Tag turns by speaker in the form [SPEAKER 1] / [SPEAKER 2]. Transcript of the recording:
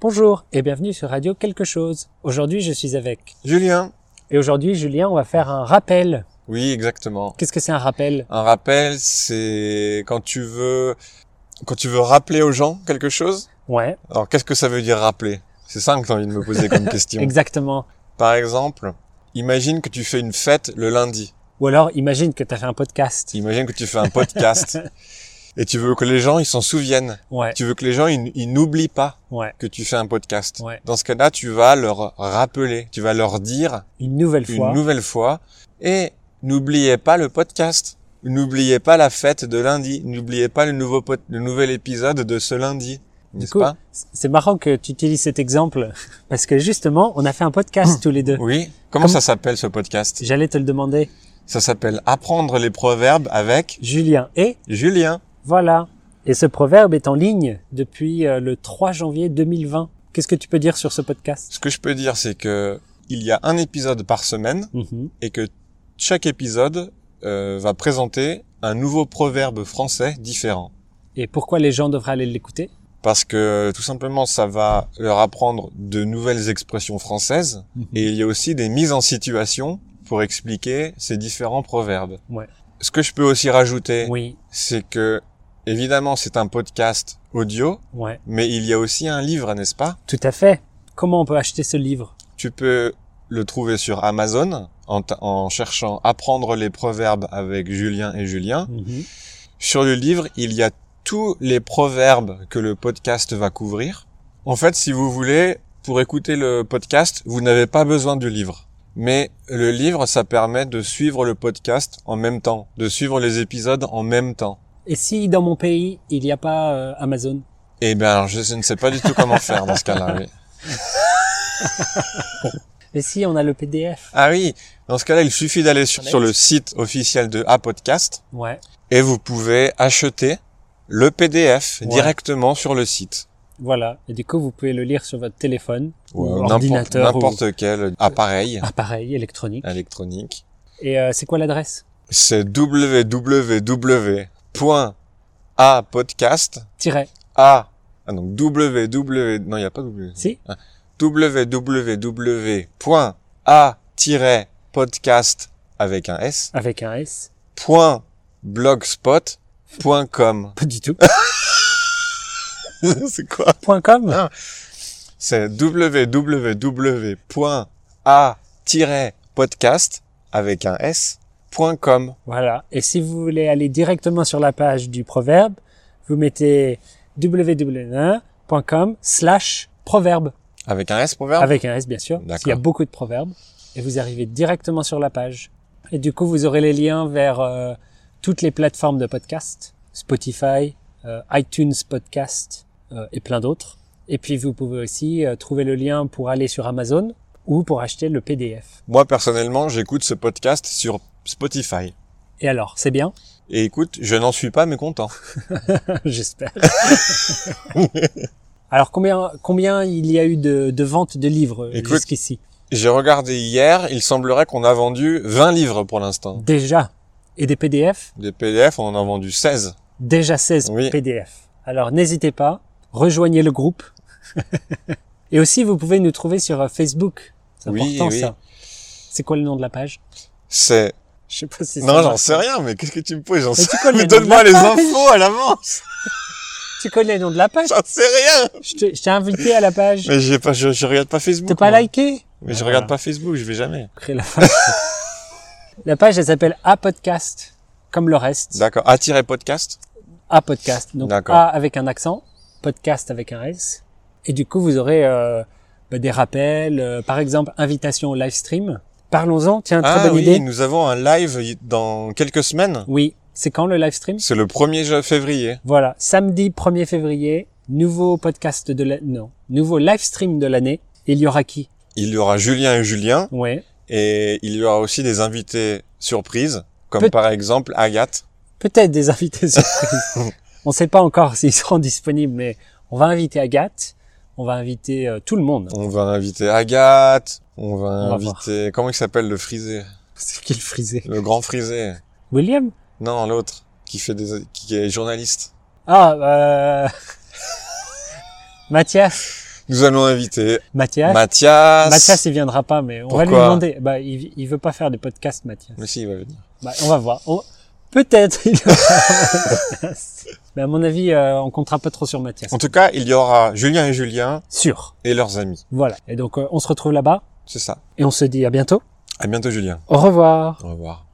[SPEAKER 1] Bonjour et bienvenue sur Radio Quelque chose. Aujourd'hui, je suis avec.
[SPEAKER 2] Julien
[SPEAKER 1] Et aujourd'hui, Julien, on va faire un rappel.
[SPEAKER 2] Oui, exactement.
[SPEAKER 1] Qu'est-ce que c'est un rappel
[SPEAKER 2] Un rappel, c'est quand tu veux quand tu veux rappeler aux gens quelque chose.
[SPEAKER 1] Ouais,
[SPEAKER 2] Alors, qu'est-ce que ça veut dire rappeler C'est ça que tu as envie de me poser comme question.
[SPEAKER 1] exactement.
[SPEAKER 2] Par exemple, imagine que tu fais une fête le lundi.
[SPEAKER 1] Ou alors, imagine que t'as fait un podcast.
[SPEAKER 2] Imagine que tu fais un podcast et tu veux que les gens ils s'en souviennent.
[SPEAKER 1] Ouais,
[SPEAKER 2] Tu veux que les gens ils, ils n'oublient pas
[SPEAKER 1] ouais.
[SPEAKER 2] que tu fais un podcast.
[SPEAKER 1] Ouais.
[SPEAKER 2] Dans ce cas-là, tu vas leur rappeler, tu vas leur dire
[SPEAKER 1] Une nouvelle fois.
[SPEAKER 2] une nouvelle fois. Et n'oubliez pas le podcast. N'oubliez pas la fête de lundi. N'oubliez pas le, nouveau pot- le nouvel épisode de ce lundi. N'est-ce
[SPEAKER 1] coup-
[SPEAKER 2] pas
[SPEAKER 1] C'est marrant que tu utilises cet exemple parce que justement, on a fait un podcast tous les deux.
[SPEAKER 2] Oui. Comment
[SPEAKER 1] euh, Comme-
[SPEAKER 2] ça s'appelle ce podcast
[SPEAKER 1] J'allais te le demander.
[SPEAKER 2] Ça s'appelle Apprendre les proverbes avec
[SPEAKER 1] Julien et
[SPEAKER 2] Julien.
[SPEAKER 1] voilà. Et ce proverbe est en ligne depuis euh, le 3 janvier 2020. Qu'est-ce que tu peux dire sur ce podcast
[SPEAKER 2] Ce que je peux dire, c'est que il y a un épisode par semaine
[SPEAKER 1] Mhm.
[SPEAKER 2] et que chaque épisode euh, va présenter un nouveau proverbe français différent.
[SPEAKER 1] Et pourquoi les gens devraient aller l'écouter
[SPEAKER 2] Parce que tout simplement, ça va leur apprendre de nouvelles expressions françaises Et il y a aussi des mises en situation pour expliquer ces différents proverbes.
[SPEAKER 1] Ouais.
[SPEAKER 2] Ce que je peux aussi rajouter,
[SPEAKER 1] Oui,
[SPEAKER 2] c'est que, évidemment, c'est un podcast audio,
[SPEAKER 1] ouais,
[SPEAKER 2] mais il y a aussi un livre, n'est-ce pas
[SPEAKER 1] tout à fait. Comment on peut acheter ce livre
[SPEAKER 2] Tu peux le trouver sur Amazon en, t- en cherchant Apprendre les proverbes avec Julien et Julien. Sur le livre, il y a tous les proverbes que le podcast va couvrir. En fait, si vous voulez, pour écouter le podcast, vous n'avez pas besoin du livre. Mais le livre, ça permet de suivre le podcast en même temps, de suivre les épisodes en même temps.
[SPEAKER 1] Et si dans mon pays, il n'y a pas euh, Amazon
[SPEAKER 2] Eh ben, je ne sais pas du tout comment faire dans ce cas-là. oui.
[SPEAKER 1] Et si on a le PDF
[SPEAKER 2] Ah oui, dans ce cas-là, il suffit d'aller sur, sur le site officiel de Apodcast
[SPEAKER 1] Ouais,
[SPEAKER 2] et vous pouvez acheter le PDF
[SPEAKER 1] Ouais.
[SPEAKER 2] directement sur le site.
[SPEAKER 1] voilà. Et du coup, vous pouvez le lire sur votre téléphone ou
[SPEAKER 2] Ou n'importe
[SPEAKER 1] ordinateur
[SPEAKER 2] n'importe quel appareil.
[SPEAKER 1] ou appareil électronique.
[SPEAKER 2] électronique.
[SPEAKER 1] Et euh, c'est quoi l'adresse
[SPEAKER 2] C'est www.apodcast
[SPEAKER 1] Tiret.
[SPEAKER 2] a ah donc www non il y a pas w
[SPEAKER 1] Si
[SPEAKER 2] www.a-podcast avec un s
[SPEAKER 1] Avec un S
[SPEAKER 2] point blogspot.com
[SPEAKER 1] Pas du tout.
[SPEAKER 2] c'est quoi
[SPEAKER 1] Point .com
[SPEAKER 2] c'est www.a-podcast avec un s point com
[SPEAKER 1] Voilà. Et si vous voulez aller directement sur la page du proverbe, vous mettez www.com slash proverbe.
[SPEAKER 2] avec un s pour verbe
[SPEAKER 1] Avec un S, bien sûr.
[SPEAKER 2] D'accord.
[SPEAKER 1] Il y a beaucoup de proverbes. Et vous arrivez directement sur la page. Et du coup, vous aurez les liens vers euh, toutes les plateformes de podcast. Spotify, euh, iTunes Podcast euh, et plein d'autres. Et puis, vous pouvez aussi euh, trouver le lien pour aller sur Amazon ou pour acheter le PDF.
[SPEAKER 2] moi personnellement j'écoute ce podcast sur Spotify
[SPEAKER 1] Et alors, c'est bien
[SPEAKER 2] Et écoute, je n'en suis pas mécontent.
[SPEAKER 1] J'espère. alors, combien, combien il y a eu de, de ventes de livres
[SPEAKER 2] Écoute.
[SPEAKER 1] jusqu'ici
[SPEAKER 2] J'ai regardé hier, il semblerait qu'on a vendu 20 livres pour l'instant.
[SPEAKER 1] Déjà. Et des PDF
[SPEAKER 2] Des PDF, on en a vendu 16.
[SPEAKER 1] déjà 16
[SPEAKER 2] Oui.
[SPEAKER 1] PDF. Alors n'hésitez pas, rejoignez le groupe. Et aussi, vous pouvez nous trouver sur euh, Facebook. C'est
[SPEAKER 2] Oui,
[SPEAKER 1] important
[SPEAKER 2] oui.
[SPEAKER 1] ça. C'est quoi le nom de la page
[SPEAKER 2] C'est...
[SPEAKER 1] Je sais pas si ça
[SPEAKER 2] Non, j'en
[SPEAKER 1] marche.
[SPEAKER 2] sais rien, mais qu'est-ce que tu me poses J'en
[SPEAKER 1] Mais
[SPEAKER 2] sais...
[SPEAKER 1] tu connais,
[SPEAKER 2] Mais
[SPEAKER 1] le nom de
[SPEAKER 2] donne-moi
[SPEAKER 1] la
[SPEAKER 2] les
[SPEAKER 1] page.
[SPEAKER 2] infos à l'avance
[SPEAKER 1] tu connais le nom de la page.
[SPEAKER 2] J'en sais rien
[SPEAKER 1] Je t'ai je t'ai invité à la page.
[SPEAKER 2] Mais j'ai pas, je, je regarde pas Facebook.
[SPEAKER 1] T'es pas
[SPEAKER 2] moi.
[SPEAKER 1] liké
[SPEAKER 2] Mais je
[SPEAKER 1] Ah,
[SPEAKER 2] regarde
[SPEAKER 1] voilà.
[SPEAKER 2] pas Facebook, je vais jamais.
[SPEAKER 1] Crée la page. la page, elle s'appelle A Podcast, comme le reste.
[SPEAKER 2] D'accord. Attirer podcast
[SPEAKER 1] A podcast. Donc
[SPEAKER 2] D'accord.
[SPEAKER 1] A avec un accent, podcast avec un S. Et du coup, vous aurez euh, bah, des rappels, euh, par exemple, invitation au live stream. Parlons-en, tiens, très
[SPEAKER 2] Ah
[SPEAKER 1] bonne
[SPEAKER 2] oui,
[SPEAKER 1] idée.
[SPEAKER 2] nous avons un live y- dans quelques semaines.
[SPEAKER 1] Oui, c'est quand le live stream
[SPEAKER 2] C'est le 1er je- février.
[SPEAKER 1] Voilà, samedi 1er février, nouveau podcast de la... Non, nouveau live stream de l'année. Il y aura qui
[SPEAKER 2] Il y aura Julien et Julien,
[SPEAKER 1] Ouais.
[SPEAKER 2] et il y aura aussi des invités surprises, comme
[SPEAKER 1] Peut-
[SPEAKER 2] par exemple Agathe.
[SPEAKER 1] Peut-être des invités surprises. on ne sait pas encore s'ils seront disponibles, mais on va inviter Agathe, on va inviter euh, tout le monde.
[SPEAKER 2] On va inviter Agathe, on va
[SPEAKER 1] va
[SPEAKER 2] inviter... Comment il s'appelle le frisé
[SPEAKER 1] C'est qu'il frisait.
[SPEAKER 2] Le grand frisé
[SPEAKER 1] William
[SPEAKER 2] Non, l'autre, qui fait des... qui est journaliste.
[SPEAKER 1] Ah, euh... Mathias
[SPEAKER 2] Nous allons inviter
[SPEAKER 1] Mathias.
[SPEAKER 2] Mathias.
[SPEAKER 1] Mathias, il viendra pas, mais on va lui
[SPEAKER 2] Pourquoi
[SPEAKER 1] demander. Bah, il, il veut pas faire des podcasts, Mathias.
[SPEAKER 2] Mais si, il va venir.
[SPEAKER 1] Bah, on va voir. On- Peut-être. il va faire un podcast. mais à mon avis, euh, on comptera pas trop sur Mathias.
[SPEAKER 2] En tout cas, il y aura Julien et Julien
[SPEAKER 1] Sûr.
[SPEAKER 2] et leurs amis.
[SPEAKER 1] Voilà. Et donc, euh, on se retrouve là-bas
[SPEAKER 2] C'est ça.
[SPEAKER 1] et on se dit à bientôt.
[SPEAKER 2] À bientôt, Julien.
[SPEAKER 1] Au revoir.
[SPEAKER 2] Au revoir.